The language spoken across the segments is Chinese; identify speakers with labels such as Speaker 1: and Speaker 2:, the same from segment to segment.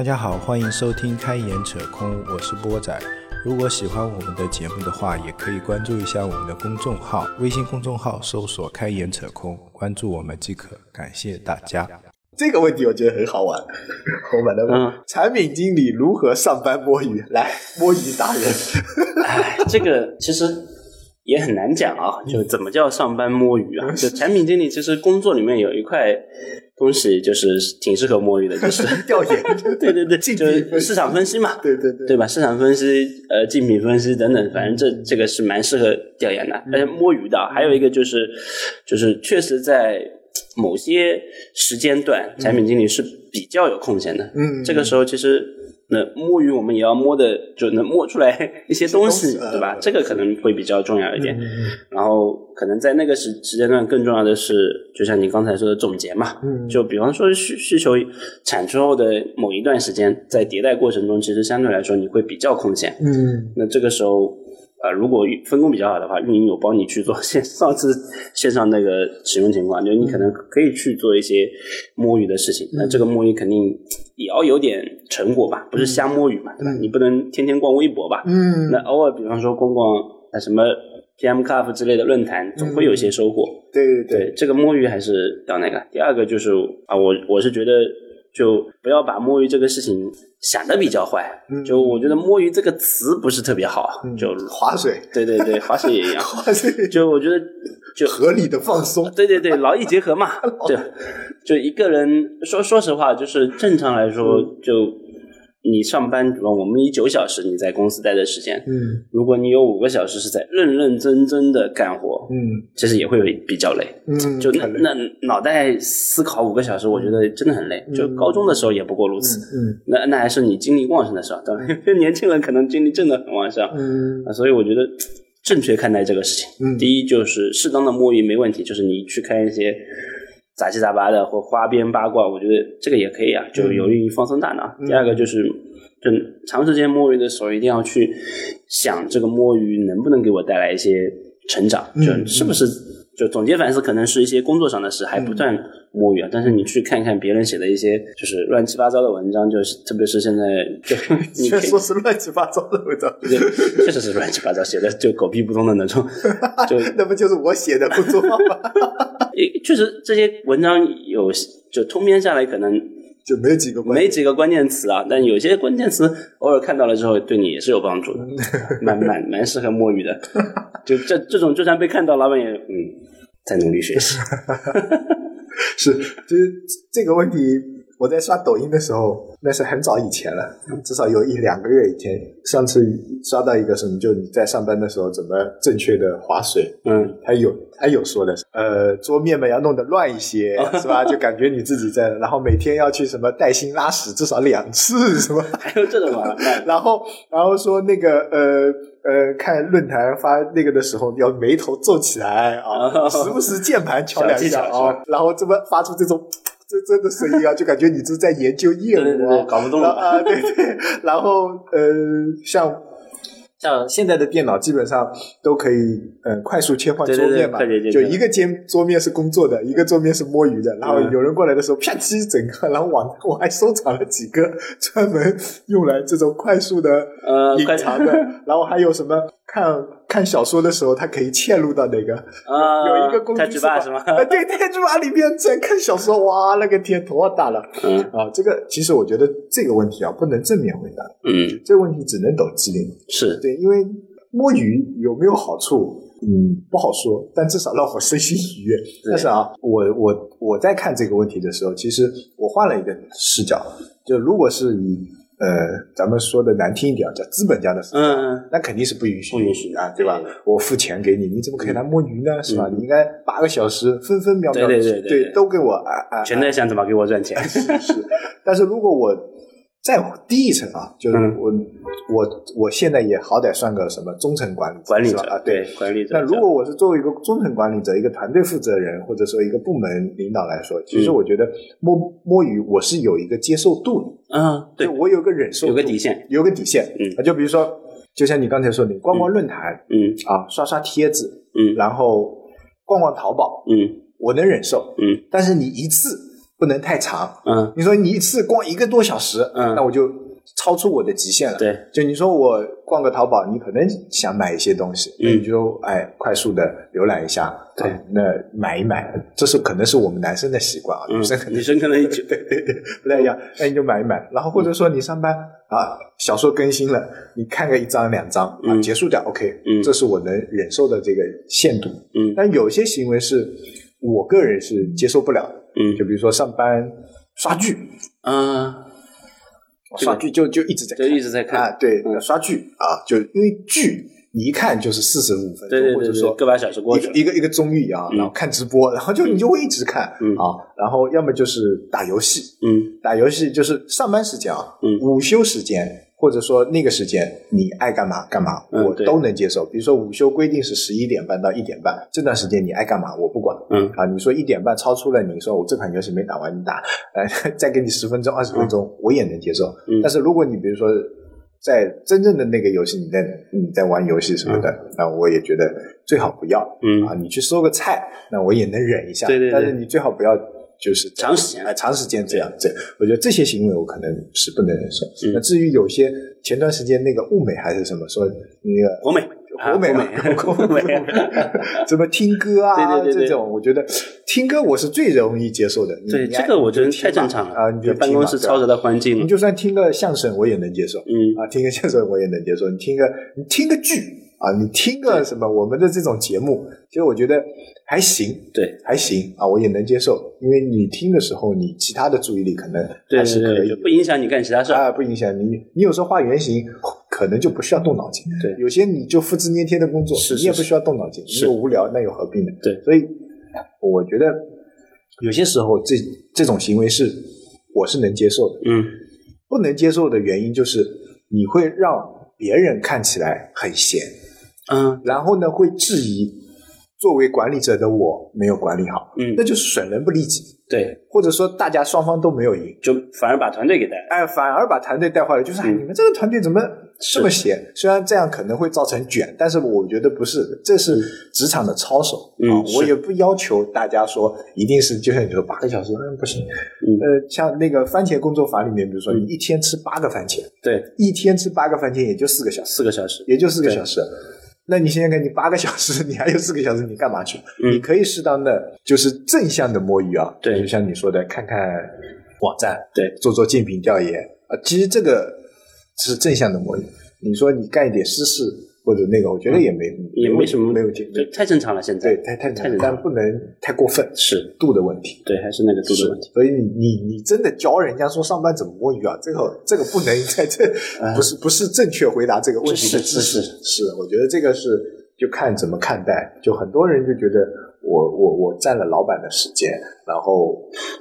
Speaker 1: 大家好，欢迎收听《开眼扯空》，我是波仔。如果喜欢我们的节目的话，也可以关注一下我们的公众号，微信公众号搜索“开眼扯空”，关注我们即可。感谢大家。
Speaker 2: 这个问题我觉得很好玩，我们的、
Speaker 3: 嗯
Speaker 2: 产品经理如何上班摸鱼？来，摸鱼达 人，
Speaker 3: 哎，这个其实也很难讲啊，
Speaker 2: 嗯
Speaker 3: 就怎么叫上班摸 鱼啊？就产品经理其实工作里面有一块东西，就是挺适合摸鱼 的，就是
Speaker 2: 调研，
Speaker 3: 对对对，
Speaker 2: 竞
Speaker 3: 就
Speaker 2: 品分
Speaker 3: 是
Speaker 2: 析
Speaker 3: 市场分析嘛，
Speaker 2: 对对对，
Speaker 3: 对吧？市场分析、呃，竞品分析
Speaker 2: 嗯
Speaker 3: 等等，反正这这个是蛮适合调研的，而且摸鱼的
Speaker 2: 嗯
Speaker 3: 啊。还有一个就是，就是确实在某些时间段，产品经理是比较有空闲的。
Speaker 2: 嗯
Speaker 3: 这个时候其实那摸鱼我们也要摸的，就能摸出来一些东
Speaker 2: 一
Speaker 3: 西，
Speaker 2: 些东西
Speaker 3: 对吧
Speaker 2: 嗯？
Speaker 3: 这个可能会比较重要一点。然后可能在那个时时间段更重要的是，就像你刚才说的总结嘛，
Speaker 2: 嗯
Speaker 3: 就比方说需需求产出后的某一段时间，在迭代过程中，其实相对来说你会比较空闲。
Speaker 2: 嗯
Speaker 3: 那这个时候，呃，如果运分工比较好的话，运营有帮你去做 线上次线上那个使用情况，就你可能可以去做一些摸鱼的事情。那这个摸鱼肯定也要有点成果吧，不是瞎摸鱼嘛，对吧？你不能天天逛微博吧？
Speaker 2: 嗯
Speaker 3: 那，偶尔比方说逛逛啊什么 PM Cup 之类的论坛，总会有一些收获。
Speaker 2: 对对对，
Speaker 3: 对，这个摸鱼还是要那个。第二个就是啊，我我是觉得就不要把摸鱼这个事情想的比较坏，
Speaker 2: 嗯
Speaker 3: 就我觉得摸鱼这个词不是特别好，
Speaker 2: 嗯
Speaker 3: 就
Speaker 2: 划 水，
Speaker 3: 对对对，滑雪也一样，
Speaker 2: 划水，
Speaker 3: 就我觉得就
Speaker 2: 合理的放松，
Speaker 3: 对对对，劳逸结合嘛，对，就一个人说说实话，就是正常来说，
Speaker 2: 嗯
Speaker 3: 就你上班，比方我们以九小时你在公司待的时间，
Speaker 2: 嗯
Speaker 3: 如果你有五个小时是在认认真真的干活，
Speaker 2: 嗯
Speaker 3: 其实也会比较累。
Speaker 2: 嗯，
Speaker 3: 就那
Speaker 2: 很累
Speaker 3: 那脑袋思考五个小时，我觉得真的很累。就高中的时候也不过如此，
Speaker 2: 嗯
Speaker 3: 那那还是你精力旺盛的时候。当然， 年轻人可能精力真的很旺盛，
Speaker 2: 嗯
Speaker 3: 啊所以我觉得正确看待这个事情。
Speaker 2: 嗯
Speaker 3: 第一就是适当的摸鱼没问题，就是你去看一些杂七杂八的或花边八卦，我觉得这个也可以啊，
Speaker 2: 嗯
Speaker 3: 就有利于放松大脑。第二个就是。就长时间摸鱼的时候，一定要去想这个摸鱼能不能给我带来一些成长，
Speaker 2: 嗯
Speaker 3: 就是不是就总结反思，可能是一些工作上的事，还
Speaker 2: 嗯
Speaker 3: 不算摸鱼啊。但是你去看看别人写的一些就是乱七八糟的文章，就是特别是现在就
Speaker 2: 虽
Speaker 3: 你可
Speaker 2: 然
Speaker 3: 以
Speaker 2: 说是乱七八糟的文章，
Speaker 3: 对，确实是乱七八糟写的，就狗屁不通的 那种。就
Speaker 2: 那不就是我写的工作报 吗？
Speaker 3: 诶确实这些文章有，就通篇下来可能
Speaker 2: 就没有几个关
Speaker 3: 没几个关键词啊，但有些关键词偶尔看到了之后，对你也是有帮助
Speaker 2: 嗯
Speaker 3: 的，蛮蛮蛮适合摸鱼的。就这这种，就算被看到，老板也嗯，在努力学 习。
Speaker 2: 是，就是这个问题，我在刷抖音的时候，那是很早以前了，至少有一两个月以前。上次刷到一个什么，就你在上班的时候怎么正确的划水，
Speaker 3: 嗯，
Speaker 2: 他有他有说的，呃，桌面嘛要弄得乱一些，是吧？就感觉你自己在，然后每天要去什么带薪拉屎至少两次，什么。
Speaker 3: 还有这种啊， 那
Speaker 2: 然后，然后说那个呃呃，看论坛发那个的时候，要眉头皱起来啊，
Speaker 3: 哦
Speaker 2: 时不时键盘敲两下
Speaker 3: 小技巧是
Speaker 2: 啊，然后这么发出这种这这的声音啊，就感觉你是在研究业
Speaker 3: 对对
Speaker 2: 务
Speaker 3: 对，
Speaker 2: 啊。
Speaker 3: 搞不懂
Speaker 2: 然后
Speaker 3: 了。
Speaker 2: 啊，对对，然后呃，像像现在的电脑基本上都可以，嗯，快速切换
Speaker 3: 对
Speaker 2: 桌
Speaker 3: 对对
Speaker 2: 面嘛，
Speaker 3: 快捷键
Speaker 2: 就
Speaker 3: 切换
Speaker 2: 一个间桌面是工作的，一个桌面是摸鱼的，然后
Speaker 3: 嗯
Speaker 2: 有人过来的时候，啪叽整个，然后网我还收藏了几个专门用来这种快速的
Speaker 3: 呃，
Speaker 2: 隐
Speaker 3: 快
Speaker 2: 藏的，然后还有什么看看小说的时候，它可以嵌入到哪 个，
Speaker 3: 啊，
Speaker 2: 有一个工具
Speaker 3: 太举报是吗？
Speaker 2: 啊，对，太猪马里面在看小说，哇，那个天头啊大了
Speaker 3: 嗯
Speaker 2: 啊！这个其实我觉得这个问题啊，不能正面回答，
Speaker 3: 嗯，
Speaker 2: 这个问题只能抖机灵。
Speaker 3: 是
Speaker 2: 对，因为摸鱼有没有好处？嗯，不好说，但至少让我身心愉悦。但是啊，我我我在看这个问题的时候，其实我换了一个视角，就如果是以呃咱们说的难听一点啊，叫资本家的视角，
Speaker 3: 嗯嗯
Speaker 2: 那肯定是不允许，
Speaker 3: 不允许
Speaker 2: 啊，对吧？
Speaker 3: 对嗯
Speaker 2: 我付钱给你，你怎么可以来摸鱼呢？是吧？你应该八个小时，分分秒秒，
Speaker 3: 对对对对对
Speaker 2: 都给我啊啊，
Speaker 3: 全在想怎么给我 赚钱。
Speaker 2: 但是如果我再低一层啊，就是
Speaker 3: 嗯
Speaker 2: 我、我我现在也好歹算个什么中层管理
Speaker 3: 管理
Speaker 2: 是
Speaker 3: 者
Speaker 2: 吧啊，对。，
Speaker 3: 管理者。
Speaker 2: 那如果我是作为一个中层管理者、一个团队负责人，或者说一个部门领导来说，其实
Speaker 3: 嗯
Speaker 2: 我觉得摸摸鱼我是有一个接受度的，
Speaker 3: 嗯，对
Speaker 2: 就，我有个忍受度，
Speaker 3: 有个底线，
Speaker 2: 有个底线。
Speaker 3: 嗯
Speaker 2: 啊，就比如说，就像你刚才说的，你逛逛论坛、
Speaker 3: 嗯
Speaker 2: 啊，刷刷帖子，
Speaker 3: 嗯
Speaker 2: 然后逛逛淘宝，
Speaker 3: 嗯
Speaker 2: 我能忍受。
Speaker 3: 嗯
Speaker 2: 但是你一次不能太长。
Speaker 3: 嗯，
Speaker 2: 你说你一次逛一个多小时，
Speaker 3: 嗯
Speaker 2: 那我就超出我的极限了。
Speaker 3: 对，
Speaker 2: 就你说我逛个淘宝，你可能想买一些东西，那你就哎快速的浏览一下，
Speaker 3: 嗯对
Speaker 2: 啊那买一买，这是可能是我们男生的习惯啊，
Speaker 3: 嗯
Speaker 2: 女生 可能
Speaker 3: 女生可能就
Speaker 2: 对对对，不太一
Speaker 3: 哦
Speaker 2: 样。那你就买一买，然后或者说你上班啊，小说更新了，你看个一章两章啊，
Speaker 3: 嗯
Speaker 2: 结束掉，OK，
Speaker 3: 嗯
Speaker 2: 这是我能忍受的这个限度。
Speaker 3: 嗯
Speaker 2: 但有些行为是我个人是接受不了的，
Speaker 3: 嗯
Speaker 2: 就比如说上班刷剧，
Speaker 3: 啊，这个
Speaker 2: 刷剧就就一直在
Speaker 3: 就
Speaker 2: 看，
Speaker 3: 一直在看
Speaker 2: 啊，对，
Speaker 3: 嗯
Speaker 2: 刷剧啊，就因为剧你一看就是四十五分钟，
Speaker 3: 对对
Speaker 2: 或
Speaker 3: 对
Speaker 2: 者
Speaker 3: 对，
Speaker 2: 说
Speaker 3: 个把小时过
Speaker 2: 一
Speaker 3: 去了
Speaker 2: 个，一个一个综艺啊，
Speaker 3: 嗯
Speaker 2: 然后看直播，然后就你就会一直看、
Speaker 3: 嗯
Speaker 2: 啊，然后要么就是打游戏，
Speaker 3: 嗯
Speaker 2: 打游戏就是上班时间啊，
Speaker 3: 嗯
Speaker 2: 午休时间或者说那个时间你爱干嘛干嘛，
Speaker 3: 嗯
Speaker 2: 我
Speaker 3: 对
Speaker 2: 都能接受。比如说午休规定是十一点半到一点半，这段时间你爱干嘛我不管。
Speaker 3: 嗯
Speaker 2: 啊，你说一点半超出了，你说我这款游戏没打完，你打，呃， 再给你十分钟、二十分钟，我也能接受。
Speaker 3: 嗯
Speaker 2: 但是如果你比如说在真正的那个游戏，你在你在玩游戏什么的，那我也觉得最好不要。啊，
Speaker 3: 嗯，
Speaker 2: 你去搜个菜，那我也能忍一下。
Speaker 3: 对对对
Speaker 2: 但是你最好不要就是
Speaker 3: 长时间
Speaker 2: 哎，长时间这样这样，我觉得这些行为我可能是不能忍受。
Speaker 3: 嗯
Speaker 2: 那至于有些前段时间那个物美还是什么说那个
Speaker 3: 国美啊
Speaker 2: 国美啊
Speaker 3: 国 美国美，
Speaker 2: 什么听歌啊
Speaker 3: 对对对对
Speaker 2: 这种，我觉得听歌我是最容易接受的。你
Speaker 3: 对
Speaker 2: 你
Speaker 3: 这
Speaker 2: 爱
Speaker 3: 个我觉得
Speaker 2: 你就听
Speaker 3: 太正
Speaker 2: 吧
Speaker 3: 常了
Speaker 2: 啊，你就
Speaker 3: 就办
Speaker 2: 听
Speaker 3: 公
Speaker 2: 吧
Speaker 3: 室
Speaker 2: 对吧
Speaker 3: 嘈杂的环境
Speaker 2: 你，就算听个相声我也能接受。
Speaker 3: 嗯
Speaker 2: 啊，听个相声我也能接受，你听个你听个剧啊，你听个什么我们的这种节目，其实我觉得还行，
Speaker 3: 对
Speaker 2: 还行啊，我也能接受，因为你听的时候，你其他的注意力可能
Speaker 3: 对
Speaker 2: 还是
Speaker 3: 对
Speaker 2: 可
Speaker 3: 对，
Speaker 2: 以
Speaker 3: 就不影响你干其他事儿，
Speaker 2: 啊，不影响你。你有时候画原型，可能就不需要动脑筋。
Speaker 3: 对
Speaker 2: 有些你就复制粘贴的工作，
Speaker 3: 是是
Speaker 2: 你也不需要动脑筋，
Speaker 3: 是
Speaker 2: 你又无聊，那又何必呢？
Speaker 3: 对，
Speaker 2: 所以我觉得有些时候这这种行为是我是能接受的，
Speaker 3: 嗯
Speaker 2: 不能接受的原因就是你会让别人看起来很闲，
Speaker 3: 嗯
Speaker 2: 然后呢会质疑作为管理者的我没有管理好，
Speaker 3: 嗯
Speaker 2: 那，就是损人不利己。
Speaker 3: 对，
Speaker 2: 或者说大家双方都没有赢，
Speaker 3: 就反而把团队给带了，
Speaker 2: 哎，反而把团队带坏了。就是、哎、
Speaker 3: 嗯
Speaker 2: 你们这个团队怎么这么闲？虽然这样可能会造成卷，但是我觉得不是，这是职场的操守。
Speaker 3: 嗯
Speaker 2: 啊
Speaker 3: 是
Speaker 2: 我也不要求大家说一定是就像你说八个小时，嗯，不行。呃，像那个番茄工作法里面，比
Speaker 3: 嗯
Speaker 2: 如说你一天吃八个番茄，
Speaker 3: 对，
Speaker 2: 一天吃八个番茄也就四个小时，
Speaker 3: 四个小时，
Speaker 2: 也就四个小时。那你现在看，你八个小时，你还有四个小时，你干嘛去？
Speaker 3: 嗯
Speaker 2: 你可以适当的就是正向的摸鱼啊，
Speaker 3: 对
Speaker 2: 就像你说的，看看网站，
Speaker 3: 对，
Speaker 2: 做做竞品调研啊，其实这个是正向的摸鱼。你说你干一点私事或者那个，我觉得也没、
Speaker 3: 嗯也没什么
Speaker 2: 没有题，
Speaker 3: 这太正常了，现在
Speaker 2: 对，太太
Speaker 3: 太正常
Speaker 2: 但
Speaker 3: 了，
Speaker 2: 不能太过分，
Speaker 3: 是
Speaker 2: 度的问题。
Speaker 3: 对，还是那个度的问题，
Speaker 2: 所以你你你真的教人家说上班怎么摸鱼啊？这个这个不能在这
Speaker 3: 哎
Speaker 2: 不是不是正确回答这个问题的
Speaker 3: 知
Speaker 2: 知
Speaker 3: 识
Speaker 2: 识。是，我觉得这个是就看怎么看待。就很多人就觉得我我我占了老板的时间，然后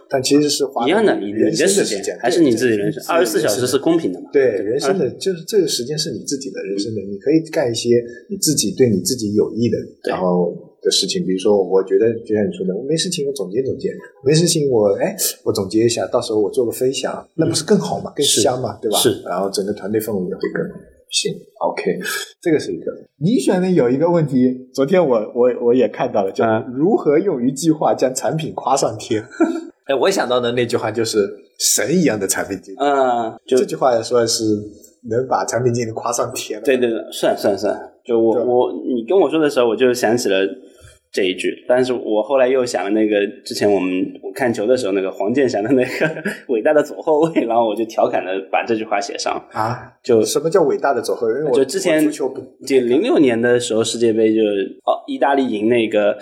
Speaker 2: 但其实是花
Speaker 3: 一样的，你你
Speaker 2: 人
Speaker 3: 的
Speaker 2: 生的
Speaker 3: 时
Speaker 2: 时间
Speaker 3: 间，还是你自己
Speaker 2: 对
Speaker 3: 人生，二十四小时是公平的嘛？
Speaker 2: 对人生
Speaker 3: 二
Speaker 2: 的，就是这个时间是你自己的人生的，你可以干一些你自己对你自己有益的，
Speaker 3: 对
Speaker 2: 然后的事情。比如说，我觉得就像你说的，我没事情我总结总结，没事情我哎我总结一下，到时候我做个分享，那不是更好嘛，更
Speaker 3: 是
Speaker 2: 香嘛，对吧？
Speaker 3: 是
Speaker 2: 然后整个团队氛围也会更好。行，OK，这个是一个。
Speaker 4: 你选的有一个问题，昨天我我我也看到了，叫
Speaker 3: 嗯
Speaker 2: 如何用于计划将产品夸上天？哎，我想到的那句话就是神一样的产品经理。
Speaker 3: 嗯，就
Speaker 2: 这句话说的是能把产品经理夸上天了。
Speaker 3: 对对对，算算算。就我
Speaker 2: 对
Speaker 3: 我你跟我说的时候，我就想起了这一句，但是我后来又想了那个之前我们我看球的时候，那个黄健翔的那个 伟大的左后卫，然后我就调侃的把这句话写上。
Speaker 2: 啊，
Speaker 3: 就
Speaker 2: 什么叫伟大的走后卫？因为我
Speaker 3: 啊就之前
Speaker 2: 我足球不
Speaker 3: 就零六年的时候世界杯就哦意大利赢那个。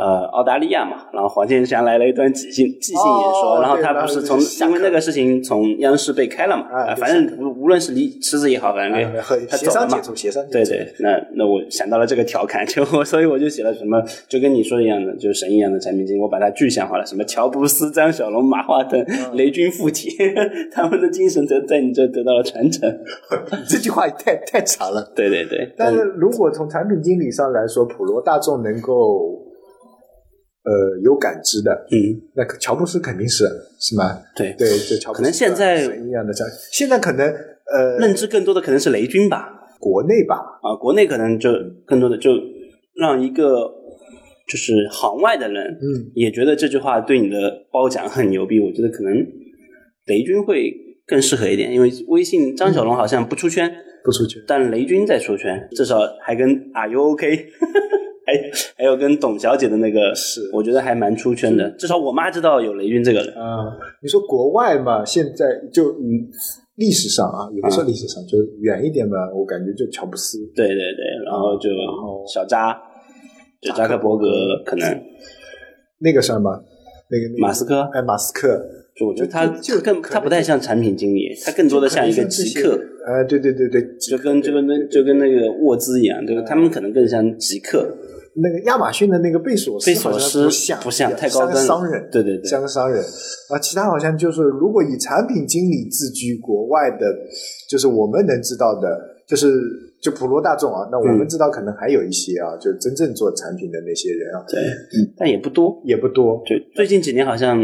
Speaker 3: 呃，澳大利亚嘛，然后黄健翔来了一段即兴即兴演说，
Speaker 2: 哦
Speaker 3: 然后他
Speaker 2: 对
Speaker 3: 不是
Speaker 2: 然后
Speaker 3: 从
Speaker 2: 就下课
Speaker 3: 因为那个事情从央视被开了嘛，
Speaker 2: 啊
Speaker 3: 呃
Speaker 2: 就
Speaker 3: 反正无无论是离池子也好，反正
Speaker 2: 哎和
Speaker 3: 他
Speaker 2: 协
Speaker 3: 走了
Speaker 2: 商
Speaker 3: 嘛
Speaker 2: 解除，协商解
Speaker 3: 对
Speaker 2: 除
Speaker 3: 对，那那我想到了这个调侃， 就我，所以我就写了什么，就跟你说的一样的，就是神一样的产品经理，我把它具象化了，什么乔布斯、张小龙、马化腾、 雷军附体，他们的精神得在你这得到了传承。
Speaker 2: 这句话也太太长了。
Speaker 3: 对对对，
Speaker 2: 但是如果从产品经理上来说，普罗大众能够呃有感知的，
Speaker 3: 嗯，
Speaker 2: 那可乔布斯肯定是是吗？
Speaker 3: 对，
Speaker 2: 对，就乔布斯
Speaker 3: 可能现在
Speaker 2: 神一样的这样，现在可能呃
Speaker 3: 认知更多的可能是雷军吧，
Speaker 2: 国内吧，
Speaker 3: 啊，国内可能就更多的就让一个就是行外的人，
Speaker 2: 嗯，
Speaker 3: 也觉得这句话对你的褒奖很牛逼，我觉得可能雷军会更适合一点，因为微信张小龙好像不出圈，
Speaker 2: 不出去。
Speaker 3: 但雷军在出圈，至少还跟 Are You OK，还还有跟董小姐的那个，
Speaker 2: 是
Speaker 3: 我觉得还蛮出圈的，至少我妈知道有雷军这个人。
Speaker 2: 啊，你说国外嘛，现在就嗯，历史上啊，也不算历史上，就远一点嘛，我感觉就乔布斯，
Speaker 3: 对对对，然后就
Speaker 2: 嗯后
Speaker 3: 小扎，就扎克伯格，可能
Speaker 2: 那个算吗？那个那个
Speaker 3: 马斯克，
Speaker 2: 哎，马斯克，
Speaker 3: 就我觉得他
Speaker 2: 就就
Speaker 3: 他更
Speaker 2: 可能
Speaker 3: 他不太像产品经理，他更多的像一个极客，
Speaker 2: 哎，对对对对，
Speaker 3: 就跟就跟那就跟那个沃兹一样，对吧？他们可能更像极客，
Speaker 2: 那个亚马逊的那个贝索斯，
Speaker 3: 贝索斯
Speaker 2: 不像
Speaker 3: 不像太高
Speaker 2: 像个
Speaker 3: 端了
Speaker 2: 商人，
Speaker 3: 对对对
Speaker 2: 像个商人。啊，其他好像就是，如果以产品经理自居，国外的，就是我们能知道的，就是就普罗大众啊，那我们
Speaker 3: 嗯
Speaker 2: 知道可能还有一些啊，就真正做产品的那些人啊，
Speaker 3: 对，但也不多。
Speaker 2: 也不多。
Speaker 3: 对，最近几年好像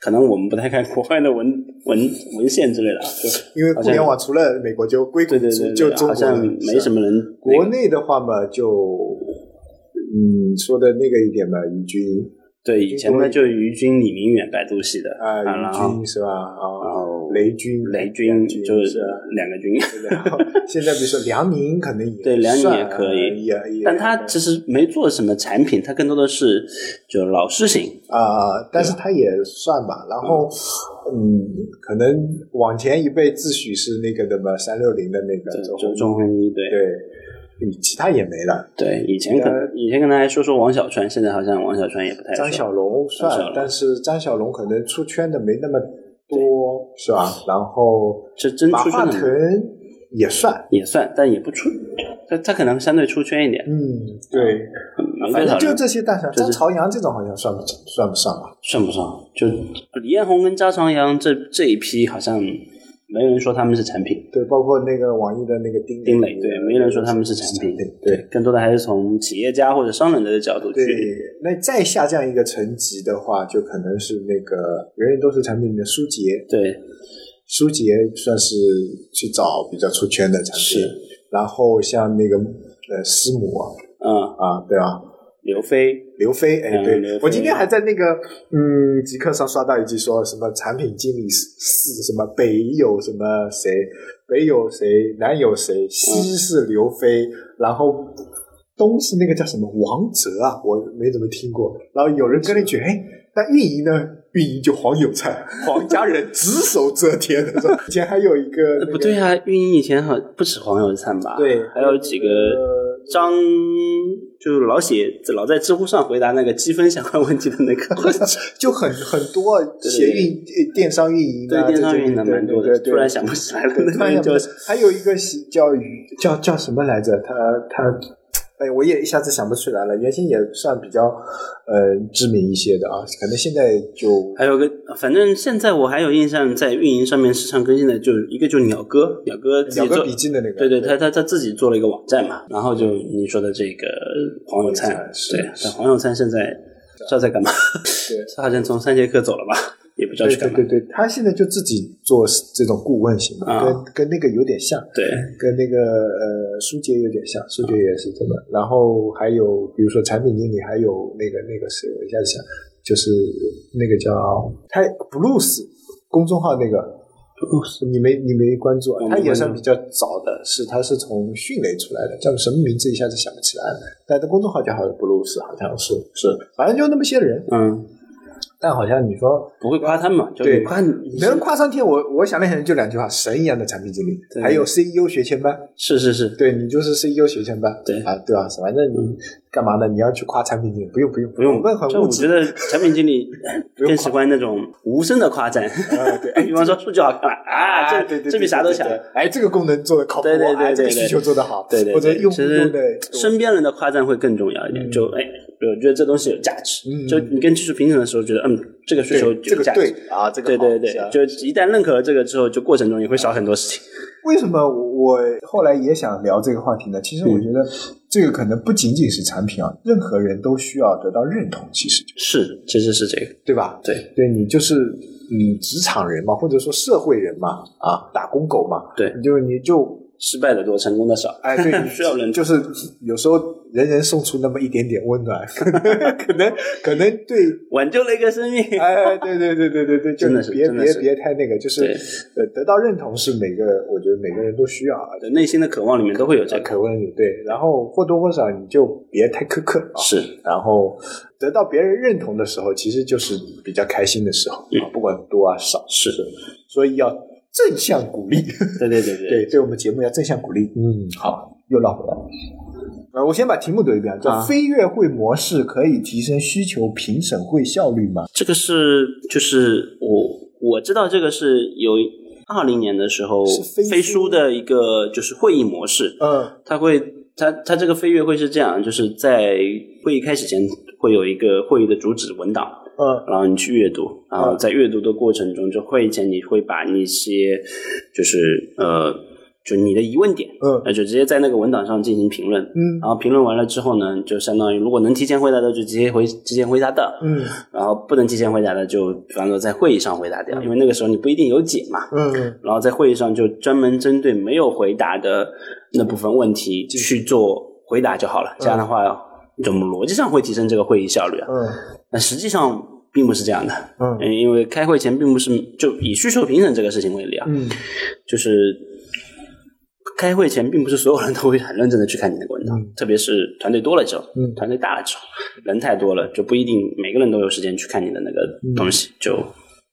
Speaker 3: 可能我们不太看国外的文文文献之类的啊，就
Speaker 2: 因为互联网除了美国就硅谷
Speaker 3: 对对
Speaker 2: 就
Speaker 3: 对
Speaker 2: 就
Speaker 3: 对，
Speaker 2: 中国
Speaker 3: 好像
Speaker 2: 了
Speaker 3: 没什。
Speaker 2: 是啊
Speaker 3: 么人那
Speaker 2: 国
Speaker 3: 个
Speaker 2: 内的话嘛，就嗯说的那个一点嘛，宜君
Speaker 3: 对以前呢就于军、李明远、白都系的
Speaker 2: 啊，
Speaker 3: 然
Speaker 2: 宜
Speaker 3: 后
Speaker 2: 君是吧？
Speaker 3: 然
Speaker 2: 啊，
Speaker 3: 后
Speaker 2: 雷军
Speaker 3: 雷军
Speaker 2: 军
Speaker 3: 就是
Speaker 2: 是啊
Speaker 3: 两个军，
Speaker 2: 然后现在比如说梁宁可能也
Speaker 3: 对梁宁
Speaker 2: 算
Speaker 3: 也可以
Speaker 2: 也也
Speaker 3: 但他其实没做什么产品，他更多的是就老师型，
Speaker 2: 啊、但是他也算吧。然后嗯，可能往前一辈自诩是那个什么三六零的那个
Speaker 3: 对，
Speaker 2: 周
Speaker 3: 就
Speaker 2: 鸿
Speaker 3: 钟
Speaker 2: 祎
Speaker 3: 红一对
Speaker 2: 对，嗯其他也没了。
Speaker 3: 对，以前可
Speaker 2: 呃
Speaker 3: 以前跟他还说说王小川，现在好像王小川也不太
Speaker 2: 张
Speaker 3: 说
Speaker 2: 小龙算，
Speaker 3: 哎张小龙
Speaker 2: 但是张小龙可能出圈的没那么多，是吧？然后
Speaker 3: 这真
Speaker 2: 马
Speaker 3: 出
Speaker 2: 化
Speaker 3: 圈
Speaker 2: 腾
Speaker 3: 的
Speaker 2: 也算，
Speaker 3: 也算，但也不出，他他可能相对出圈一点，
Speaker 2: 嗯，对，
Speaker 3: 没
Speaker 2: 反
Speaker 3: 多
Speaker 2: 正
Speaker 3: 少
Speaker 2: 就
Speaker 3: 人
Speaker 2: 这些大小，
Speaker 3: 就是
Speaker 2: 张朝阳这种好像算不算不上吧？
Speaker 3: 算不上。就李彦宏跟张朝阳这这一批好像没人说他们是产品，
Speaker 2: 对，包括那个网易的那个丁
Speaker 3: 丁磊对，没人说他们是产品，
Speaker 2: 对。
Speaker 3: 更多的还是从企业家或者商人的角度
Speaker 2: 对
Speaker 3: 去，
Speaker 2: 那再下降一个层级的话，就可能是那个人人都是产品的苏杰，
Speaker 3: 对
Speaker 2: 苏杰算是去找比较出圈的产品
Speaker 3: 是，
Speaker 2: 然后像那个呃师母啊
Speaker 3: 嗯，
Speaker 2: 啊，对啊，
Speaker 3: 刘飞
Speaker 2: 刘飞，哎，
Speaker 3: 嗯
Speaker 2: 对、
Speaker 3: 刘飞
Speaker 2: 我今天还在那个嗯极客上刷到一句说什么产品经理是什么北有什么谁，北有谁，南有谁，西是刘飞，然后东是那个叫什么王哲啊，我没怎么听过。然后有人跟了一句，哎，那运营呢？运营就黄有菜，黄家人只手遮天 的。以前还有一个、那
Speaker 3: 呃
Speaker 2: 个
Speaker 3: 不对啊，运营以前好不止黄有灿吧？
Speaker 2: 对，
Speaker 3: 还有几个。
Speaker 2: 呃
Speaker 3: 张就老写老在知乎上回答那个积分相关问题的 那个，
Speaker 2: 就很很多写运呃电商运营
Speaker 3: 对
Speaker 2: 啊，
Speaker 3: 电商
Speaker 2: 这种
Speaker 3: 运营的蛮多
Speaker 2: 对
Speaker 3: 的，
Speaker 2: 对对
Speaker 3: 突然想不起来 了，
Speaker 2: 突然
Speaker 3: 那
Speaker 2: 想
Speaker 3: 个
Speaker 2: 不
Speaker 3: 叫
Speaker 2: 起还有一个喜叫于叫叫什么来着？他他，哎，我也一下子想不出来了。原先也算比较呃知名一些的啊，可能现在就
Speaker 3: 还有个，反正现在我还有印象，在运营上面时常更新的，就是一个就是鸟哥，鸟哥自
Speaker 2: 鸟
Speaker 3: 己
Speaker 2: 哥，
Speaker 3: 做
Speaker 2: 笔记的那个，
Speaker 3: 对对，他他他自己做了一个网站嘛，然后就你说的这个黄有
Speaker 2: 黄有
Speaker 3: 灿
Speaker 2: 灿，是
Speaker 3: 对，但黄有灿现在不知道在干嘛，
Speaker 2: 对
Speaker 3: 他好像从三节课走了吧，也不知道
Speaker 2: 对
Speaker 3: 去干
Speaker 2: 对
Speaker 3: 嘛
Speaker 2: 对，对，他现在就自己做这种顾问型的，
Speaker 3: 啊
Speaker 2: 跟跟那个有点像，
Speaker 3: 对，
Speaker 2: 跟那个呃苏杰有点像，苏杰也是这么。然后还有比如说产品经理，还有那个那个谁，我一下子想，就是那个叫他 Blues 公众号那个。你没你没关注啊
Speaker 3: 哦我？没
Speaker 2: 他也
Speaker 3: 关注
Speaker 2: 算比较早的，是他是从迅雷出来的，叫什么名字一下子想不起来了。但他公众号叫好像 Blues，好像是是，反正就那么些人。
Speaker 3: 嗯，
Speaker 2: 但好像你说
Speaker 3: 不会夸他们嘛，就
Speaker 2: 对
Speaker 3: 你夸你
Speaker 2: 能夸上天，我我想了想，就两句话：神一样的产品经理，
Speaker 3: 对
Speaker 2: 还有 CEO 学前班。
Speaker 3: 是是是，
Speaker 2: 对你就是 CEO 学前班，
Speaker 3: 对嗯
Speaker 2: 啊，对啊，反正你干嘛呢？你要去夸产品经理，不用不用
Speaker 3: 不用
Speaker 2: 我们很
Speaker 3: 就
Speaker 2: 物
Speaker 3: 我
Speaker 2: 质
Speaker 3: 觉得产品经理
Speaker 2: 不用
Speaker 3: 更喜欢那种无声的夸赞，
Speaker 2: 啊，对，哎
Speaker 3: 比方说数据好看了啊，
Speaker 2: 啊
Speaker 3: 这
Speaker 2: 对对，
Speaker 3: 这比
Speaker 2: 对
Speaker 3: 啥都
Speaker 2: 对
Speaker 3: 强。
Speaker 2: 对哎，这个功能做的靠谱，
Speaker 3: 对对对
Speaker 2: 哎这个
Speaker 3: 对对
Speaker 2: 需求做得好，
Speaker 3: 对对，
Speaker 2: 或者
Speaker 3: 对
Speaker 2: 用
Speaker 3: 其实
Speaker 2: 用的
Speaker 3: 身边人的夸赞会更重要一点。
Speaker 2: 嗯
Speaker 3: 就哎，我觉得这东西有价值。
Speaker 2: 嗯
Speaker 3: 就你跟技术评审的时候，觉得嗯，这个需
Speaker 2: 对
Speaker 3: 求
Speaker 2: 这
Speaker 3: 有
Speaker 2: 个
Speaker 3: 价值。
Speaker 2: 对啊，这个
Speaker 3: 对
Speaker 2: 好
Speaker 3: 对对
Speaker 2: 是啊
Speaker 3: 对，就一旦认可了这个之后，就过程中也会少很多事情。，
Speaker 2: 为什么我后来也想聊这个话题呢？其实我觉得这个可能不仅仅是产品啊，任何人都需要得到认同，其 实就是
Speaker 3: 其实是这个。
Speaker 2: 对吧？
Speaker 3: 对
Speaker 2: 对你就是你职场人嘛，或者说社会人嘛，啊，打工狗嘛，
Speaker 3: 对，
Speaker 2: 你就你就
Speaker 3: 失败的多，成功的少。
Speaker 2: 哎，对，
Speaker 3: 需要人
Speaker 2: 就是有时候人人送出那么一点点温 暖，可能可能可能对
Speaker 3: 挽救了一个生命。
Speaker 2: 哎，对对对对对对，就
Speaker 3: 真的是
Speaker 2: 别
Speaker 3: 真的
Speaker 2: 别
Speaker 3: 是
Speaker 2: 别太那个， 就是
Speaker 3: 对
Speaker 2: 呃，得到认同是每个，我觉得每个人都需要啊，
Speaker 3: 内心的渴望里面都会有这个，
Speaker 2: 可问对，然后或多或少你就别太苛刻啊，
Speaker 3: 是
Speaker 2: 然后得到别人认同的时候，其实就是比较开心的时候啊，不管多啊少，是，所以要正向鼓励，
Speaker 3: 对对对
Speaker 2: 对，对我们节目要正向鼓励，嗯，好，又绕回来了。呃，我先把题目读一遍，叫
Speaker 3: 啊
Speaker 2: “非越会模式可以提升需求评审会效率吗
Speaker 3: 这个是就是我我知道这个是有二零年的时候
Speaker 2: 是飞书
Speaker 3: 飞书的一个就是会议模式？”，
Speaker 2: 嗯，
Speaker 3: 它会它它这个飞跃会是这样，就是在会议开始前会有一个会议的主旨文档，
Speaker 2: 嗯，
Speaker 3: 然后你去阅读，然后
Speaker 2: 嗯
Speaker 3: 在阅读的过程中，就会议前你会把那些就是呃就你的疑问点，
Speaker 2: 嗯
Speaker 3: 那就直接在那个文档上进行评论。
Speaker 2: 嗯
Speaker 3: 然后评论完了之后呢，就相当于如果能提前回答的就直接回提前回答的，
Speaker 2: 嗯
Speaker 3: 然后不能提前回答的就比方说在会议上回答掉，因为那个时候你不一定有解嘛，
Speaker 2: 嗯
Speaker 3: 然后在会议上就专门针对没有回答的那部分问题去做回答就好了。这样的话，怎么逻辑上会提升这个会议效率啊？
Speaker 2: 嗯
Speaker 3: 但实际上并不是这样的，
Speaker 2: 嗯
Speaker 3: 嗯，因为开会前并不是就以需求评审这个事情为例啊，
Speaker 2: 嗯
Speaker 3: 就是开会前并不是所有人都会很认真的去看你那个文档，特别是团队多了之后，
Speaker 2: 嗯
Speaker 3: 团队大了之后，人太多了，就不一定每个人都有时间去看你的那个
Speaker 2: 嗯
Speaker 3: 东西，就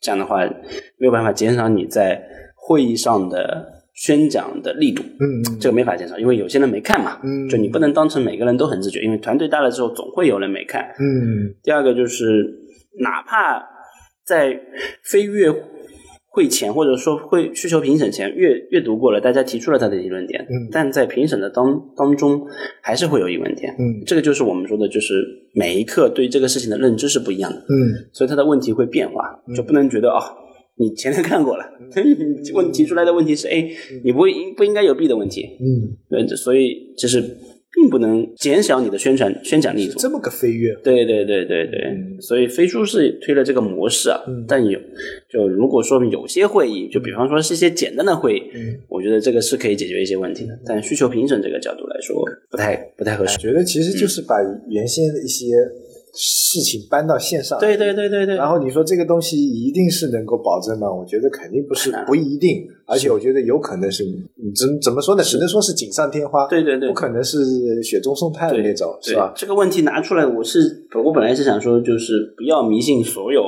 Speaker 3: 这样的话没有办法减少你在会议上的宣讲的力度，
Speaker 2: 嗯嗯
Speaker 3: 这个没法减少，因为有些人没看嘛，
Speaker 2: 嗯
Speaker 3: 就你不能当成每个人都很自觉，因为团队大了之后总会有人没看，
Speaker 2: 嗯
Speaker 3: 第二个就是，哪怕在飞跃会前或者说会需求评审前阅阅读过了，大家提出了他的疑论点，
Speaker 2: 嗯
Speaker 3: 但在评审的当当中还是会有疑问点。
Speaker 2: 嗯
Speaker 3: 这个就是我们说的，就是每一刻对这个事情的认知是不一样的，
Speaker 2: 嗯
Speaker 3: 所以他的问题会变化，就不能觉得啊、哦你前面看过了，
Speaker 2: 嗯
Speaker 3: 你问提出来的问题是 A，你不应不应该有 B 的问题，
Speaker 2: 嗯，
Speaker 3: 对，所以就是并不能减小你的宣传宣讲力度。
Speaker 2: 这么个飞跃，
Speaker 3: 对对对对对，
Speaker 2: 嗯
Speaker 3: 所以飞书是推了这个模式啊，
Speaker 2: 嗯
Speaker 3: 但有就如果说有些会议，就比方说是一些简单的会议，
Speaker 2: 嗯
Speaker 3: 我觉得这个是可以解决一些问题的，但需求评审这个角度来说，不太不太合适。
Speaker 2: 哎觉得其实就是把原先的一些事情搬到线上，
Speaker 3: 对对对对对，
Speaker 2: 然后你说这个东西一定是能够保证吗？我觉得肯定不是
Speaker 3: 很，难
Speaker 2: 不一定，而且我觉得有可能是，嗯怎怎么说呢？只能说是锦上添花，
Speaker 3: 对对对
Speaker 2: 不啊可能是雪中送炭的那种，
Speaker 3: 对
Speaker 2: 是吧？
Speaker 3: 这个问题拿出来，我是我本来是想说，就是不要迷信所有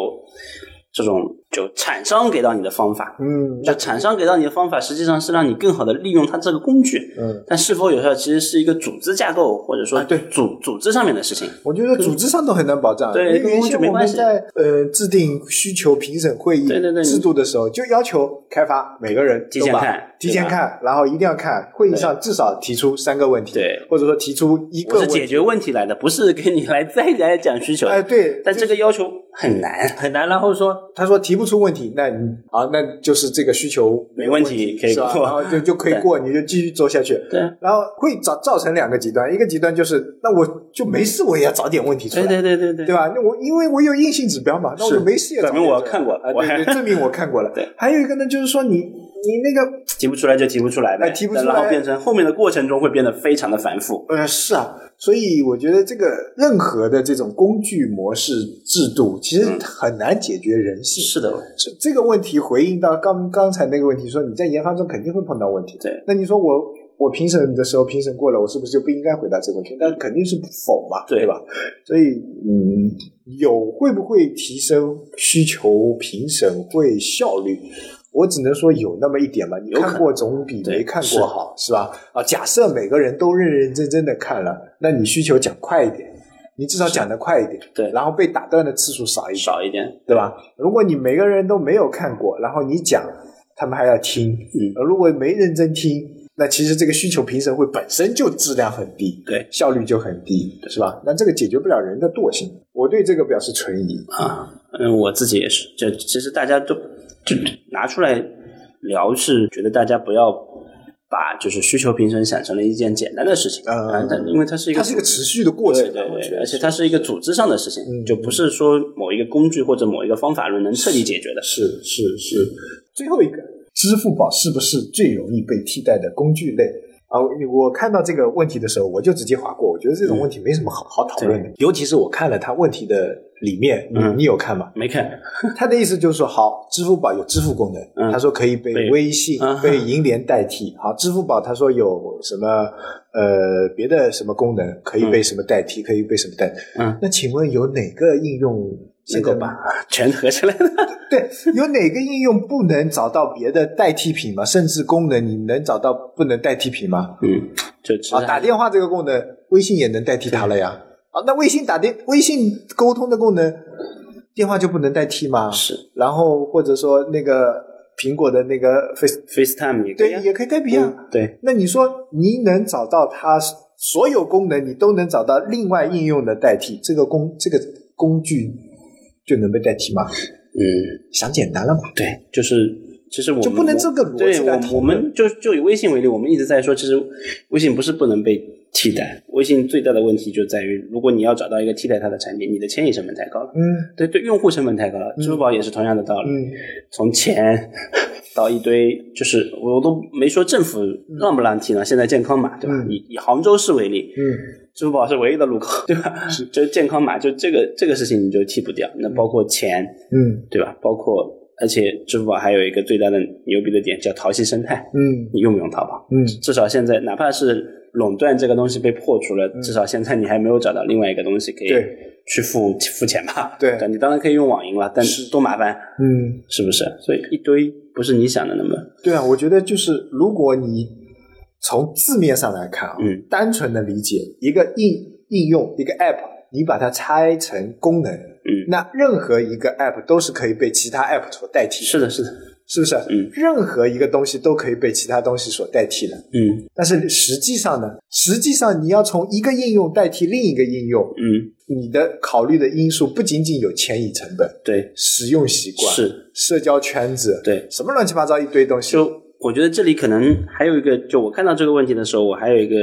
Speaker 3: 这种就厂商给到你的方法，
Speaker 2: 嗯
Speaker 3: 就厂商给到你的方法，实际上是让你更好的利用它这个工具。
Speaker 2: 嗯，
Speaker 3: 但是否有效，其实是一个组织架构或者说
Speaker 2: 啊对嗯
Speaker 3: 组组织上面的事情。
Speaker 2: 我觉得组织上都很难保障，
Speaker 3: 对
Speaker 2: 因为原先
Speaker 3: 跟
Speaker 2: 我
Speaker 3: 我们
Speaker 2: 们
Speaker 3: 就没
Speaker 2: 在呃制定需求评审会议
Speaker 3: 对对对
Speaker 2: 制度的时候，就要求开发每个人
Speaker 3: 提前
Speaker 2: 都把
Speaker 3: 看
Speaker 2: 提前
Speaker 3: 对吧
Speaker 2: 看，然后一定要看会议上至少提出三个问题，
Speaker 3: 对
Speaker 2: 或者说提出一个
Speaker 3: 我
Speaker 2: 问
Speaker 3: 是解
Speaker 2: 题。
Speaker 3: 决问题来的，不是给你来再来讲需求。
Speaker 2: 哎，对，
Speaker 3: 但这个要求很难，
Speaker 2: 很难。然后说，他说提不出问题，那你啊，那就是这个需求
Speaker 3: 没
Speaker 2: 有
Speaker 3: 问
Speaker 2: 题，
Speaker 3: 题可以
Speaker 2: 是吧
Speaker 3: 过
Speaker 2: 然 后就就可以过，你就继续做下去。
Speaker 3: 对啊
Speaker 2: 然后会造造成两个极端，一个极端就是，那我就没事，我也要找点问题出来，
Speaker 3: 对对对对对
Speaker 2: 对
Speaker 3: 吧？
Speaker 2: 吧？那我因为我有硬性指标嘛，那我
Speaker 3: 是
Speaker 2: 就没事也找
Speaker 3: 证明
Speaker 2: 点
Speaker 3: 我
Speaker 2: 出来
Speaker 3: 看过
Speaker 2: 啊
Speaker 3: 我还
Speaker 2: 对对，证明我看过了。
Speaker 3: 对，
Speaker 2: 还有一个呢，就是说你你那个
Speaker 3: 提不出来就提不出来呗，
Speaker 2: 哎提不出来
Speaker 3: 然后变成后面的过程中会变得非常的繁复。
Speaker 2: 呃，是啊，所以我觉得这个任何的这种工具模式制度，其实很难解决人性。
Speaker 3: 嗯是的，
Speaker 2: 这这个问题回应到刚刚才那个问题，说你在研发中肯定会碰到问题。
Speaker 3: 对，
Speaker 2: 那你说我我评审的时候评审过了，我是不是就不应该回答这个问题？那肯定是否嘛，
Speaker 3: 对
Speaker 2: 对吧？所以嗯，有会不会提升需求评审会效率？我只能说有那么一点吧，你
Speaker 3: 有可能
Speaker 2: 看过总比
Speaker 3: 对
Speaker 2: 没看过好，是吧？啊，假设每个人都认认真真的看了，那你需求讲快一点，你至少讲得快一点，
Speaker 3: 对
Speaker 2: 然后被打断的次数少一点，
Speaker 3: 少一点，
Speaker 2: 对吧？如果你每个人都没有看过，然后你讲，他们还要听，呃而
Speaker 3: 嗯
Speaker 2: 如果没认真听，那其实这个需求评审会本身就质量很低，
Speaker 3: 对
Speaker 2: 效率就很低，是吧？那这个解决不了人的惰性，我对这个表示存疑。
Speaker 3: 啊，嗯，我自己也是，就其实大家都就拿出来聊是觉得大家不要把就是需求评审想成了一件简单的事情，
Speaker 2: 嗯
Speaker 3: 啊但因为它是一个
Speaker 2: 它是一个持续的过程啊
Speaker 3: 对对
Speaker 2: 我觉
Speaker 3: 对，
Speaker 2: 得
Speaker 3: 而且它是一个组织上的事情，
Speaker 2: 嗯
Speaker 3: 就不是说某一个工具或者某一个方法论能彻底解决的。
Speaker 2: 是是是，最后一个，支付宝是不是最容易被替代的工具类？啊，我看到这个问题的时候，我就直接划过。我觉得这种问题没什么好好讨论的，嗯尤其是我看了他问题的里面，你
Speaker 3: 嗯
Speaker 2: 你有看吗？
Speaker 3: 没看，
Speaker 2: 他的意思就是说，好，支付宝有支付功能，
Speaker 3: 嗯
Speaker 2: 他说可以被
Speaker 3: 被
Speaker 2: 微信
Speaker 3: 啊、哈
Speaker 2: 被银联代替。好，支付宝他说有什么呃别的什么功能可以被什么代替，可以被什么代替？
Speaker 3: 嗯，
Speaker 2: 那请问有哪个应用
Speaker 3: 能够
Speaker 2: 现在
Speaker 3: 把全合起来的，
Speaker 2: 对，有哪个应用不能找到别的代替品吗？甚至功能你能找到不能代替品吗？
Speaker 3: 嗯，就其实
Speaker 2: 啊，打
Speaker 3: 还
Speaker 2: 电话这个功能，微信也能代替它了呀。啊，那微信打电、微信沟通的功能，电话就不能代替吗？
Speaker 3: 是
Speaker 2: 然后或者说那个苹果的那个 Face，
Speaker 3: FaceTime 也可以
Speaker 2: 对
Speaker 3: 啊，，
Speaker 2: 也可以代替啊。
Speaker 3: 嗯对，
Speaker 2: 那你说你能找到它所有功能，你都能找到另外应用的代替，这个工这个工具就能被代替吗？
Speaker 3: 嗯，
Speaker 2: 想简单了嘛？
Speaker 3: 对，就是其实我们
Speaker 2: 就不能这个逻
Speaker 3: 对
Speaker 2: 辑来讨论
Speaker 3: 我我们就就以微信为例，我们一直在说，其实微信不是不能被替代，微信最大的问题就在于，如果你要找到一个替代它的产品，你的迁移成本太高了，
Speaker 2: 嗯
Speaker 3: 对对，用户成本太高了，支付宝也是同样的道理，
Speaker 2: 嗯，
Speaker 3: 从钱 到一堆，就是我都没说政府让不让提呢，现在健康码对吧？
Speaker 2: 嗯
Speaker 3: 以以杭州市为例，
Speaker 2: 嗯，
Speaker 3: 支付宝是唯一的入口，对吧？是，就健康码，就这个这个事情你就替不掉，那包括钱，
Speaker 2: 嗯
Speaker 3: 对吧？包括而且支付宝还有一个最大的牛逼的点叫淘系生态，
Speaker 2: 嗯
Speaker 3: 你用不用淘宝？
Speaker 2: 嗯
Speaker 3: 至少现在哪怕是垄断这个东西被破除了，至少现在你还没有找到另外一个东西可以
Speaker 2: 嗯对
Speaker 3: 去付付钱吧？
Speaker 2: 对
Speaker 3: 你当然可以用网银了，但是多麻烦。
Speaker 2: 嗯，
Speaker 3: 是不是？所以一堆不是你想的那么，
Speaker 2: 对啊，我觉得就是如果你从字面上来看啊，
Speaker 3: 嗯
Speaker 2: 单纯的理解一个应应用一个 app，你把它拆成功能，
Speaker 3: 嗯，
Speaker 2: 那任何一个 app 都是可以被其他 app 所代替的，
Speaker 3: 是的，是的，
Speaker 2: 是不是？
Speaker 3: 嗯
Speaker 2: 任何一个东西都可以被其他东西所代替的。
Speaker 3: 嗯
Speaker 2: 但是实际上呢，实际上你要从一个应用代替另一个应用，
Speaker 3: 嗯，
Speaker 2: 你的考虑的因素不仅仅有迁移成本、
Speaker 3: 对，
Speaker 2: 使用习惯、
Speaker 3: 是，
Speaker 2: 社交圈子，
Speaker 3: 对，
Speaker 2: 什么乱七八糟一堆东西。
Speaker 3: 就我觉得这里可能还有一个，就我看到这个问题的时候，我还有一个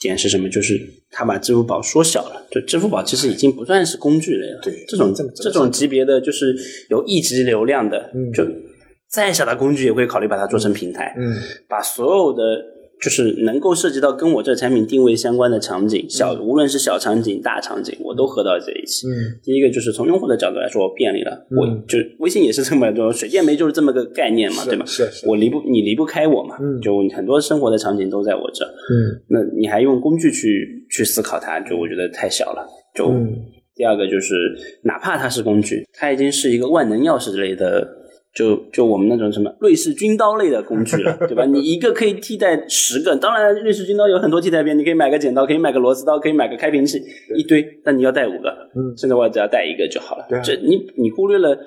Speaker 3: 点是什么？就是他把支付宝缩小了，就支付宝其实已经不算是工具了呀。
Speaker 2: 对
Speaker 3: 这种
Speaker 2: 这么这么
Speaker 3: 这种级别的，就是有一级流量的，
Speaker 2: 嗯
Speaker 3: 就再小的工具也会考虑把它做成平台，
Speaker 2: 嗯
Speaker 3: 把所有的。就是能够涉及到跟我这产品定位相关的场景，小无论是小场景、大场景，我都合到这一起。
Speaker 2: 嗯
Speaker 3: 第一个就是从用户的角度来说，我便利了，我就微信也是这么多， 水电煤就是这么个概念嘛，
Speaker 2: 是
Speaker 3: 对吧？
Speaker 2: 是是
Speaker 3: 我离不你离不开我嘛，
Speaker 2: 嗯
Speaker 3: 就很多生活的场景都在我这，
Speaker 2: 嗯
Speaker 3: 那你还用工具去去思考它，就我觉得太小了。就、
Speaker 2: 嗯
Speaker 3: 第二个就是，哪怕它是工具，它已经是一个万能钥匙类的。就就我们那种什么瑞士军刀类的工具了， 对吧？你一个可以替代十个，当然瑞士军刀有很多替代品，你可以买个剪刀，可以买个螺丝刀，可以买个开瓶器，一堆。但你要带五个，
Speaker 2: 嗯
Speaker 3: 现在我只要带一个就好了。
Speaker 2: 对啊
Speaker 3: 这你你忽略了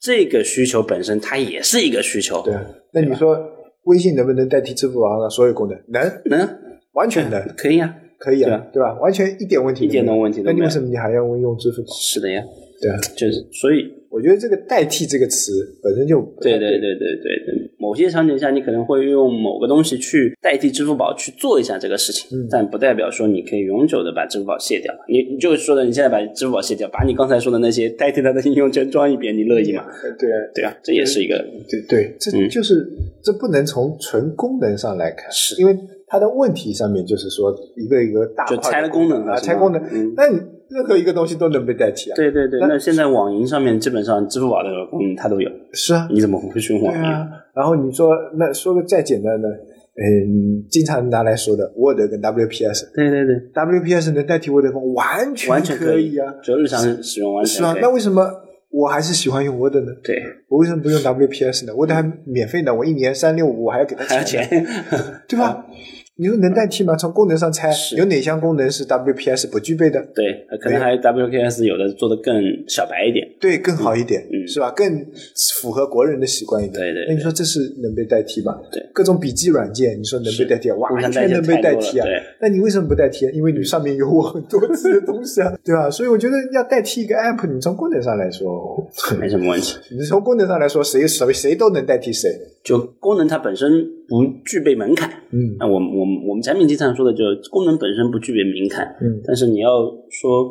Speaker 3: 这个需求本身，它也是一个需求。
Speaker 2: 对，啊那你说微信能不能代替支付宝上的所有功能？能，
Speaker 3: 能
Speaker 2: 完全能，
Speaker 3: 嗯可以啊，
Speaker 2: 可以
Speaker 3: 对
Speaker 2: 啊
Speaker 3: 啊，
Speaker 2: 对吧？完全一点问题
Speaker 3: 一点
Speaker 2: 都
Speaker 3: 都
Speaker 2: 没有。
Speaker 3: 问题都
Speaker 2: 那你
Speaker 3: 没有
Speaker 2: 为。什么你还要用支付宝？
Speaker 3: 是的呀，
Speaker 2: 对啊，
Speaker 3: 就是所以
Speaker 2: 我觉得这个“代替”这个词本身就不太
Speaker 3: 对对对对对对，某些场景下你可能会用某个东西去代替支付宝去做一下这个事情，
Speaker 2: 嗯
Speaker 3: 但不代表说你可以永久的把支付宝卸掉。你你就说的，你现在把支付宝卸掉，把你刚才说的那些代替它的应用全装一遍，你乐意吗？
Speaker 2: 对啊
Speaker 3: 对啊，这也是一个
Speaker 2: 对对，这
Speaker 3: 嗯
Speaker 2: 就是、这不能从纯功能上来看，
Speaker 3: 是
Speaker 2: 因为它的问题上面就是说一个一个大
Speaker 3: 就
Speaker 2: 块
Speaker 3: 拆
Speaker 2: 的
Speaker 3: 了功能
Speaker 2: 啊，
Speaker 3: 了，是吗
Speaker 2: 拆功能，
Speaker 3: 嗯。
Speaker 2: 那你任何一个东西都能被代替啊，
Speaker 3: 对对对，
Speaker 2: 那
Speaker 3: 那现在网银上面基本上支付宝的功能它都有，
Speaker 2: 是啊，
Speaker 3: 你怎么会去用
Speaker 2: 对
Speaker 3: 网银？
Speaker 2: 啊。然后你说那说个再简单的，嗯，经常拿来说的 Word 跟 WPS。
Speaker 3: 对对对，
Speaker 2: WPS 能代替 Word 吗？完全
Speaker 3: 完全
Speaker 2: 可
Speaker 3: 以
Speaker 2: 啊，
Speaker 3: 就日常使用完
Speaker 2: 是
Speaker 3: 全
Speaker 2: 吧
Speaker 3: 可？以
Speaker 2: 那。为什么我还是喜欢用 Word 呢？
Speaker 3: 对，
Speaker 2: 我为什么不用 WPS 呢？Word 还免费呢，我一年三六五我还要给他
Speaker 3: 还要
Speaker 2: 钱呢
Speaker 3: 钱， 嗯
Speaker 2: 对吧？你说能代替吗？从功能上拆
Speaker 3: 是，
Speaker 2: 有哪项功能是 WPS 不具备的？
Speaker 3: 对，可能还有 WKS 有的做的更小白一点，
Speaker 2: 对，更好一点，
Speaker 3: 嗯
Speaker 2: 是吧？更符合国人的习惯一点。
Speaker 3: 对对对
Speaker 2: 那你说这是能被代替吗？
Speaker 3: 对，
Speaker 2: 各种笔记软件，你说能被代替啊？
Speaker 3: 互
Speaker 2: 完
Speaker 3: 相
Speaker 2: 全
Speaker 3: 代替
Speaker 2: 能被代替啊
Speaker 3: 太多了对！
Speaker 2: 那你为什么不代替啊？因为你上面有我很多字的东西啊，对吧？所以我觉得要代替一个 app，你从功能上来说，
Speaker 3: 没什么问题。
Speaker 2: 你从功能上来说，谁谁谁都能代替谁。
Speaker 3: 就功能它本身不具备门槛。
Speaker 2: 嗯
Speaker 3: 那我们我们我们产品经常说的就是功能本身不具备门槛，
Speaker 2: 嗯
Speaker 3: 但是你要说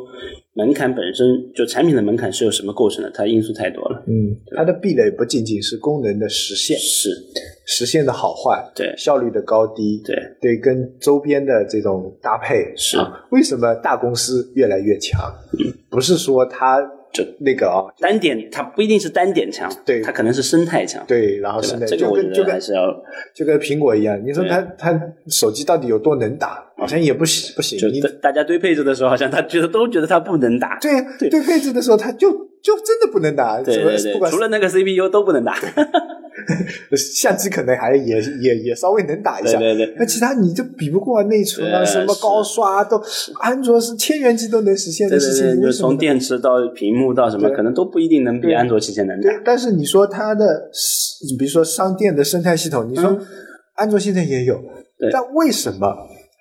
Speaker 3: 门槛本身，就产品的门槛是由什么构成的？它因素太多了。
Speaker 2: 嗯，它的壁垒不仅仅是功能的实现，
Speaker 3: 是，
Speaker 2: 实现的好坏，
Speaker 3: 对
Speaker 2: 效率的高低，
Speaker 3: 对，
Speaker 2: 对，跟周边的这种搭配
Speaker 3: 是
Speaker 2: 啊为什么大公司越来越强？不是说它
Speaker 3: 这
Speaker 2: 那个啊，
Speaker 3: 单点它不一定是单点强，
Speaker 2: 对
Speaker 3: 它可能是生态强，
Speaker 2: 对，然后
Speaker 3: 对
Speaker 2: 是
Speaker 3: 吧
Speaker 2: 那？
Speaker 3: 这个
Speaker 2: 就
Speaker 3: 我觉
Speaker 2: 跟就
Speaker 3: 得
Speaker 2: 跟
Speaker 3: 还是要
Speaker 2: 就跟苹果一样，你说它它手机到底有多能打？好像也不行不行
Speaker 3: 就，
Speaker 2: 你
Speaker 3: 大大家堆配置的时候，好像他觉得都觉得它不能打，
Speaker 2: 对呀
Speaker 3: 对
Speaker 2: 对配置的时候，它就就真的不能打，
Speaker 3: 对
Speaker 2: 什
Speaker 3: 对
Speaker 2: 么不
Speaker 3: 对，
Speaker 2: 管
Speaker 3: 除了那个 CPU 都不能打，
Speaker 2: 是相机可能还也也也稍微能打一
Speaker 3: 对
Speaker 2: 下，
Speaker 3: 对对。
Speaker 2: 那其他你就比不过啊内存啊，
Speaker 3: 对
Speaker 2: 什么
Speaker 3: 是
Speaker 2: 高刷啊都，安卓是千元机都能实现
Speaker 3: 对
Speaker 2: 的
Speaker 3: 对
Speaker 2: 事情，
Speaker 3: 对，
Speaker 2: 为
Speaker 3: 就
Speaker 2: 什么
Speaker 3: 从
Speaker 2: 呢？
Speaker 3: 电池到屏幕到什么，
Speaker 2: 对
Speaker 3: 可能都不一定能比
Speaker 2: 对
Speaker 3: 安卓旗舰能打
Speaker 2: 对。，但是你说它的，你比如说商店的生态系统，你说
Speaker 3: 嗯
Speaker 2: 安卓现在也有
Speaker 3: 对，
Speaker 2: 但为什么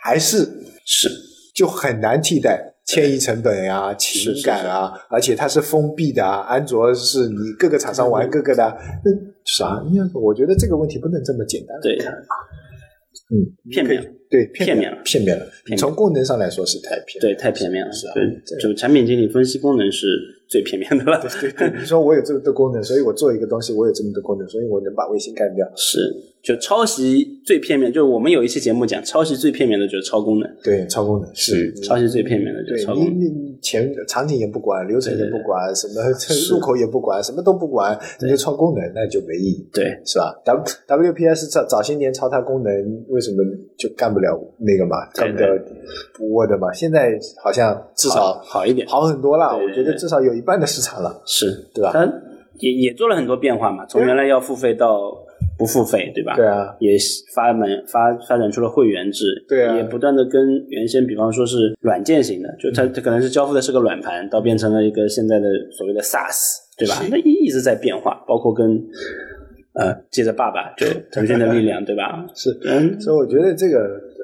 Speaker 2: 还是
Speaker 3: 是
Speaker 2: 就很难替代迁移成本呀、情
Speaker 3: 是是
Speaker 2: 感啊，而且它是封闭的啊，安卓是你各个厂商玩各个的啊，那啥？因为我觉得这个问题不能这么简单。
Speaker 3: 对，
Speaker 2: 嗯，
Speaker 3: 片面
Speaker 2: 可以，对，片
Speaker 3: 片面
Speaker 2: 面
Speaker 3: 了，
Speaker 2: 片面了。
Speaker 3: 面
Speaker 2: 从功能上来说是太片面
Speaker 3: 对，
Speaker 2: 了，
Speaker 3: 太片面了。
Speaker 2: 是啊这
Speaker 3: 对，
Speaker 2: 个
Speaker 3: 就产品经理分析功能是最片面的了。
Speaker 2: 对对， 你说我有这么多功能，所以我做一个东西，我有这么多功能，所以我能把微信干掉。
Speaker 3: 是，就抄袭最片面，就是我们有一期节目讲抄袭最片面的就是超功能，
Speaker 2: 对，超功能是
Speaker 3: 嗯抄袭最片面的就是超
Speaker 2: 对
Speaker 3: 功
Speaker 2: 你
Speaker 3: 能。
Speaker 2: 你你前场景也不管，流程也不管，什么
Speaker 3: 是
Speaker 2: 入口也不管，什么都不管，你就超功能，那就没意义，
Speaker 3: 对，
Speaker 2: 是吧？W WPS 早早些年超它功能，为什么就干不了那个嘛，
Speaker 3: 对
Speaker 2: 干不了 Word 嘛？现在好像至
Speaker 3: 好
Speaker 2: 少
Speaker 3: 好一点
Speaker 2: 好很多了，
Speaker 3: 对
Speaker 2: 我觉得至少有一半的市场了，
Speaker 3: 是，
Speaker 2: 对吧
Speaker 3: 它也也做了很多变化嘛，从
Speaker 2: 对
Speaker 3: 原来要付费到不付费，对吧？
Speaker 2: 对啊。
Speaker 3: 也发门发发展出了会员制，
Speaker 2: 对啊
Speaker 3: 也不断的跟原先，比方说是软件型的，就
Speaker 2: 嗯
Speaker 3: 它它可能是交付的是个软盘，到变成了一个现在的所谓的 SaaS，对吧？那一一直在变化，包括跟呃，接着爸爸就腾讯的力 量，对吧？
Speaker 2: 是
Speaker 3: 嗯，
Speaker 2: 所以我觉得这个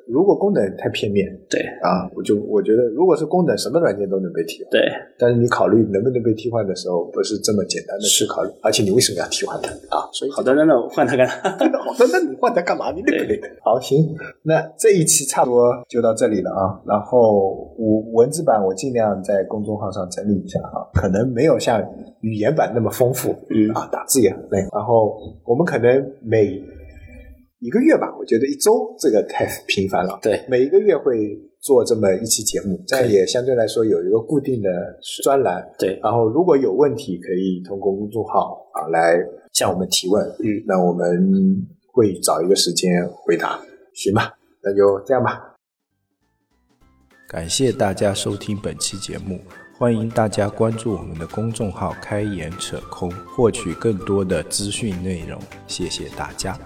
Speaker 2: 如果功能太片面
Speaker 3: 对
Speaker 2: 啊，我就我觉得如果是功能，什么软件都能被替换，
Speaker 3: 对，
Speaker 2: 但是你考虑能不能被替换的时候，不是这么简单的去考虑，而且你为什么要替换它啊？所以
Speaker 3: 好的，那那我换他 干啥？
Speaker 2: 好的，那你换它干嘛？你累不累？好，行，那这一期差不多就到这里了啊。然后我文字版我尽量在公众号上整理一下啊，可能没有像语言版那么丰富
Speaker 3: 嗯，
Speaker 2: 啊，打字也很累。然后我们可能每一个月吧，我觉得一周这个太频繁了，
Speaker 3: 对，
Speaker 2: 每一个月会做这么一期节目，这样也相对来说有一个固定的专栏。
Speaker 3: 对，
Speaker 2: 然后如果有问题，可以通过公众号啊来向我们提问，
Speaker 3: 嗯，
Speaker 2: 那我们会找一个时间回答，行吧？那就这样吧，
Speaker 1: 感谢大家收听本期节目，欢迎大家关注我们的公众号“开眼扯空”，获取更多的资讯内容。谢谢大家。